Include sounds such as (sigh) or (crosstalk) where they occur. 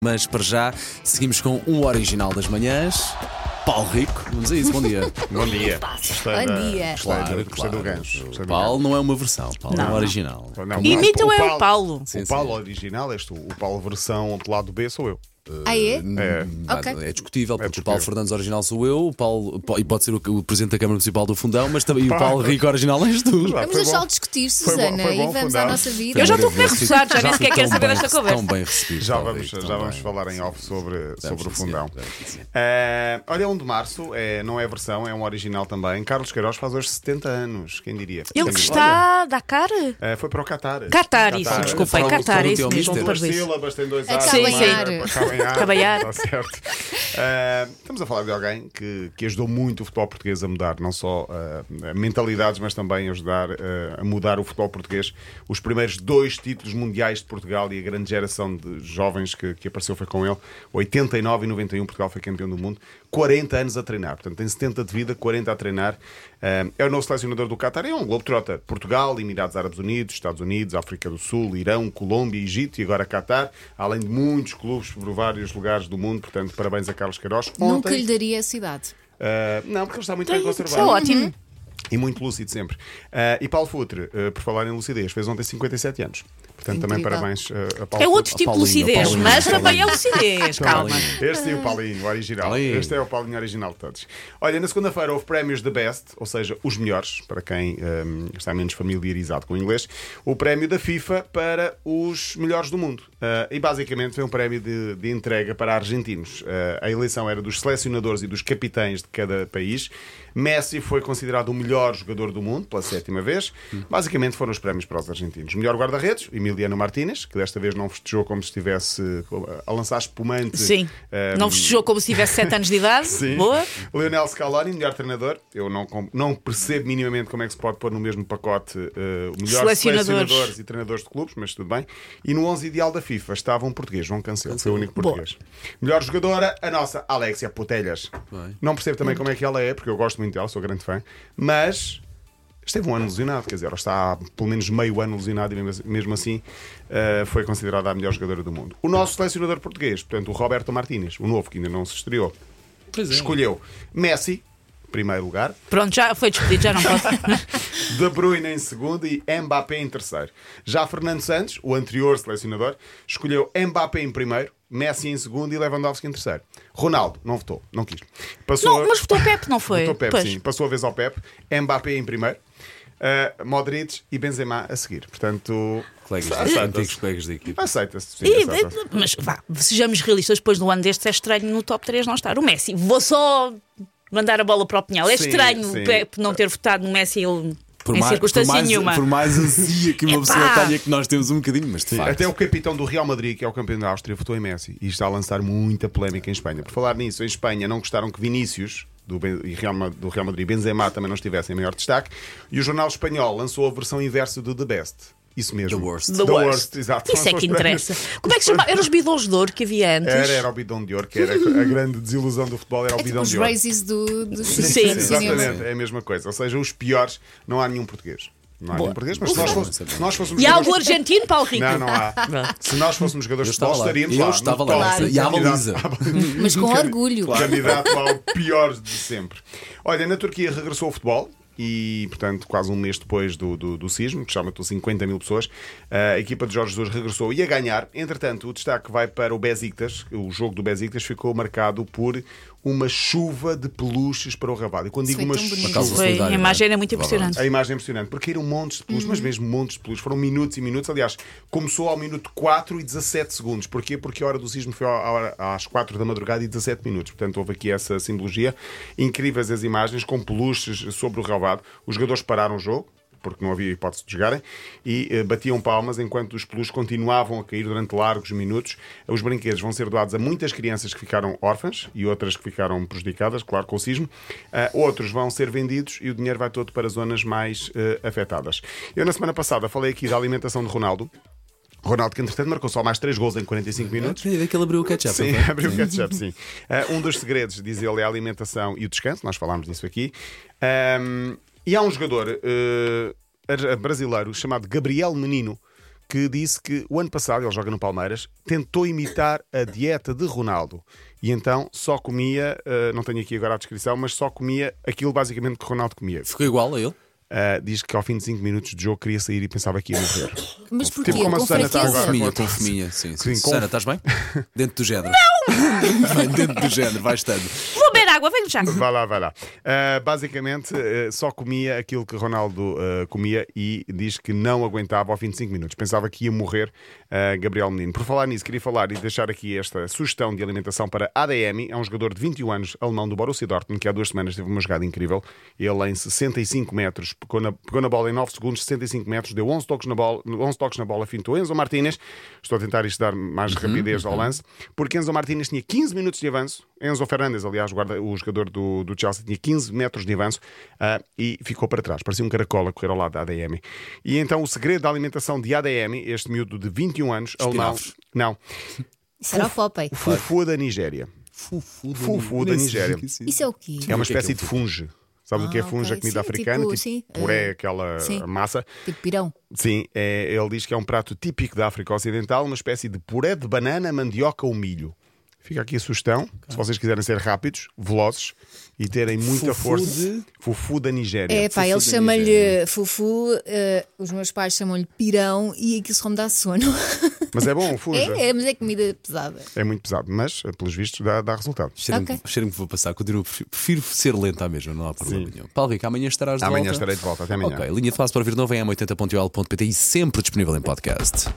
Mas para já, seguimos com um original das manhãs. Paulo Rico, vamos a isso, bom (laughs) dia. Bom dia. Gostei Bom da- dia. Gostei, do, gostei do gancho. Gostei do Paulo não é uma versão, Paulo é Não, um não. original. gancho. Não, Imitam o é o Paulo. Sim, O Paulo original és tu. O Paulo versão do lado B sou eu. Ah, é? É. Ah, Ok. É discutível, porque o discutível. Paulo Fernandes original sou eu, o Paulo, po- e pode ser o, o presidente da Câmara Municipal do Fundão, mas também e o Pá. Paulo Rico original és tu. Mas lá, Vamos Ah, foi deixar bom. o discutir, bom- foi Susana, bom e vamos fundar. à nossa vida. Eu já estou Primeira com vez. nervosado, já nem sequer fui quero tão saber bem- desta conversa. Tão bem recebido. Já Paulo vamos, Rico, já tão vamos bem. falar em off sobre, sobre o sim, fundão. senhor, vamos, sim, senhor. Eh, olha, 1 de março, eh, não é versão, é um original também. Carlos Queiroz faz hoje 70 anos, quem diria? Quem Ele que diria? está da cara? Eh, foi para o Qatar. Catar, isso, desculpem, Fala- Catar, fala é do isso teu mesmo, mister. Duas parvoíce. sílabas, tem um dois Acaba A's. em não é? Acaba ar. Acaba em em ar. ar. Tá certo. Ah, estamos a falar de alguém que, que ajudou muito o futebol português a mudar, não só ah, mentalidades, mas também ajudar ah, a mudar o futebol português. Os primeiros dois títulos mundiais de Portugal e a grande geração de jovens que, que apareceu foi com ele. 89 e 91, Portugal foi campeão do mundo. 40 anos a treinar, portanto tem 70 de vida, 40 a treinar. Ah, é o novo selecionador do Qatar, é um globetrotter. Portugal, Emirados Árabes Unidos, Estados Unidos, África do Sul, Irão, Colômbia, Egito e agora Qatar, além de muitos clubes por vários lugares do mundo, portanto, parabéns a Carlos Queiroz. Nunca Ontem- lhe daria essa idade. Uh, não, porque ele está muito bem Isso é conservado. ótimo. E muito lúcido sempre. Uh, e Paulo Futre, uh, por falar em lucidez, fez ontem 57 anos. Portanto, também Incrível. parabéns uh, a Paulo É outro Futre. tipo de Paulinho, lucidez, Paulinho, mas também é Paulinho. lucidez, calma. Este e o Paulinho, o original. Paulinho. Este é o Paulinho original de todos. Olha, na segunda-feira houve prémios The Best, ou seja, os melhores, para quem hum, está menos familiarizado com o inglês, o prémio da FIFA para os melhores do mundo. Ah, e basicamente foi um prémio de, de entrega para argentinos. Ah, a eleição era dos selecionadores e dos capitães de cada país. Messi foi considerado o melhor jogador do mundo pela sétima vez. Basicamente foram os prémios para os argentinos. Melhor guarda-redes, Emiliano Martínez, que desta vez não festejou como se estivesse ah, a lançar espumante. Sim. ah, Não festejou como se tivesse 7 anos de (laughs) idade. Sim. Boa. Lionel Scaloni, melhor treinador. Eu não, com- não percebo minimamente como é que se pode pôr no mesmo pacote eh, o melhor Selecionadores. selecionadores e treinadores de clubes, mas tudo bem. E no 11 ideal da FIFA estava um português, João Cancelo, foi o único Boa. português. Melhor jogadora, a nossa Alexia Putelhas. Bem. Não percebo também como é que ela é, porque eu gosto muito dela, sou grande fã, mas. Esteve um ano lesionado, quer dizer, ela está há pelo menos meio ano lesionado e mesmo- mesmo assim eh, foi considerada a melhor jogadora do mundo. O nosso selecionador português, portanto, o Roberto Martínez, o novo que ainda não se estreou, Pois é. escolheu Messi, primeiro lugar, Pronto, já foi despedido, já não (laughs) posso. De Bruyne em segundo e Mbappé em terceiro. Já Fernando Santos, o anterior selecionador, escolheu Mbappé em primeiro, Messi em segundo e Lewandowski em terceiro. Ronaldo não votou, não quis. Passou Não, mas votou Pepe, não foi? Votou Pepe, Pois. sim. Passou a vez ao Pepe, Mbappé em primeiro. uh, Modric e Benzema a seguir. Portanto, Colegas, aceita-se. antigos colegas da equipa. aceita-se. sim, E- aceita-se. mas vá, sejamos realistas, depois do ano destes é estranho no top 3 não estar. O Messi, vou só mandar a bola para o Pinhal. É Sim, estranho sim. o Pepe não ter votado no Messi ele, Por em mais, por, circunstância mais, nenhuma. por mais ansia que uma Epá. pessoa tenha, que nós temos um bocadinho, mas de facto. Até o capitão do Real Madrid, que é o campeão da Áustria, votou em Messi e está a lançar muita polémica em Espanha. Por falar nisso, em Espanha não gostaram que Vinícius do, Ben- e Real Ma- do Real Madrid e Benzema também não estivessem em maior destaque e o jornal espanhol lançou a versão inversa do The Best. Isso mesmo. The worst. The worst. exato. Isso é Lançou que os prémios. interessa. Como é que se chama? Eram os bidons de ouro que havia antes. Era, era o bidão de ouro, que era a grande desilusão do futebol, era o É tipo bidão os de ouro. (laughs) Razies do, do, Sim, do sim. cinema. Exatamente, é a mesma coisa. Ou seja, os piores, não há nenhum português. Não há nenhum português, mas se nós, Ufa. fosse- se nós fôssemos. E há algo jogadores- argentino, Paulo Rico? Não, não há. Se nós fôssemos jogadores Eu de futebol, estava lá. estaríamos Eu lá. estava no top. lá. E há a Candidato- Baliza. (laughs) (laughs) Mas com orgulho. Candidato ao pior de sempre. Olha, na Turquia regressou o futebol. E, portanto, quase um mês depois do, do, do sismo, que chama-te 50 mil pessoas, a equipa de Jorge Jesus regressou e a ganhar. Entretanto, o destaque vai para o Besiktas. O jogo do Besiktas ficou marcado por uma chuva de peluches para o Ravado. E quando digo foi uma tão bonito. chuva, Por causa da Foi, a solidariedade. imagem era muito Vá lá. impressionante. a imagem é impressionante, porque caíram montes de peluches, mas mesmo montes de peluches. Foram minutos e minutos. Aliás, começou ao minuto 4 e 17 segundos. Porquê? Porque a hora do sismo foi à hora- às 4 da madrugada e 17 minutos. Portanto, houve aqui essa simbologia. Incríveis as imagens, com peluches sobre o relvado. Os jogadores pararam o jogo. Porque não havia hipótese de jogarem, e eh, batiam palmas enquanto os peluches continuavam a cair durante largos minutos. Os brinquedos vão ser doados a muitas crianças que ficaram órfãs e outras que ficaram prejudicadas, claro, com o sismo. Ah, outros vão ser vendidos e o dinheiro vai todo para zonas mais eh, afetadas. Eu, na semana passada, falei aqui da alimentação de Ronaldo. Ronaldo, que entretanto marcou só mais 3 gols em 45 Não minutos. tinha ideia é que ele abriu o ketchup. Sim, (laughs) não foi? abriu o ketchup, sim. Ah, um dos segredos, diz ele, é a alimentação e o descanso, nós falámos disso aqui. Ahm, e há um jogador eh, ar- brasileiro chamado Gabriel Menino que disse que o ano passado, ele joga no Palmeiras, tentou imitar a dieta de Ronaldo. E então só comia, eh, não tenho aqui agora a descrição, mas só comia aquilo basicamente que Ronaldo comia. Ficou igual a ele? Eh, diz que ao fim de 5 minutos de jogo queria sair e pensava que ia morrer. Mas porquê? Tipo como a Com Susana está fraqueza. agora. Fominha, com fominha. Sim, sim. Sim, com- Susana, estás bem? Dentro do género. Não! (laughs) Vai dentro do género, vai estando. Vou beber água, vem já. Vai lá, vai lá. Uh, basicamente, uh, só comia aquilo que Ronaldo uh, comia e diz que não aguentava ao fim de 5 minutos. Pensava que ia morrer uh, Gabriel Menino. Por falar nisso, queria falar e deixar aqui esta sugestão de alimentação para ADM. É um jogador de 21 anos, alemão do Borussia Dortmund, que há duas semanas teve uma jogada incrível. Ele, em 65 metros, pegou na, pegou na bola em 9 segundos, 65 metros, deu 11 toques na bola, 11 toques na bola fintou Enzo Martínez. Estou a tentar isto dar mais rapidez ao lance, porque Enzo Martínez tinha 15 minutos de avanço. Enzo Fernandes, aliás, guarda- o jogador do, do Chelsea, tinha 15 metros de avanço ah, e ficou para trás. Parecia um caracol a correr ao lado da ADM. E então o segredo da alimentação de ADM, este miúdo de 21 anos, alemão. Espinafres. Não, Isso era o Popeye. fufu da Nigéria. Fufu da, Fufu da Nigéria. Isso é o quê? É uma O que é que espécie é o de funge. Sabes o que é Ah, funge? ok. A comida Sim, africana, tipo, tipo, sim, puré, eh, aquela sim. massa. Tipo pirão. Sim, é- ele diz que é um prato típico da África Ocidental, uma espécie de puré de banana, mandioca ou milho. Fica aqui a sugestão, se vocês quiserem ser rápidos, velozes e terem muita Fufu força. de- Fufu da Nigéria. É pá, Fufu ele da chama-lhe Nigéria. Fufu, eh, os meus pais chamam-lhe Pirão e aquilo só me dá sono. Mas é bom, fuja. (laughs) É, é, mas é comida pesada. É muito pesado, mas pelos vistos dá, dá resultado. Cheira-me Ok. cheira-me que vou passar, continuo. Prefiro, prefiro ser lenta à mesma, não há problema Sim. nenhum. Paulo Rico, amanhã estarás de Amanhã volta. estarei de volpt, até amanhã. Ok, linha de passo para ouvir novo em m80.ol.pt e sempre disponível em podcast.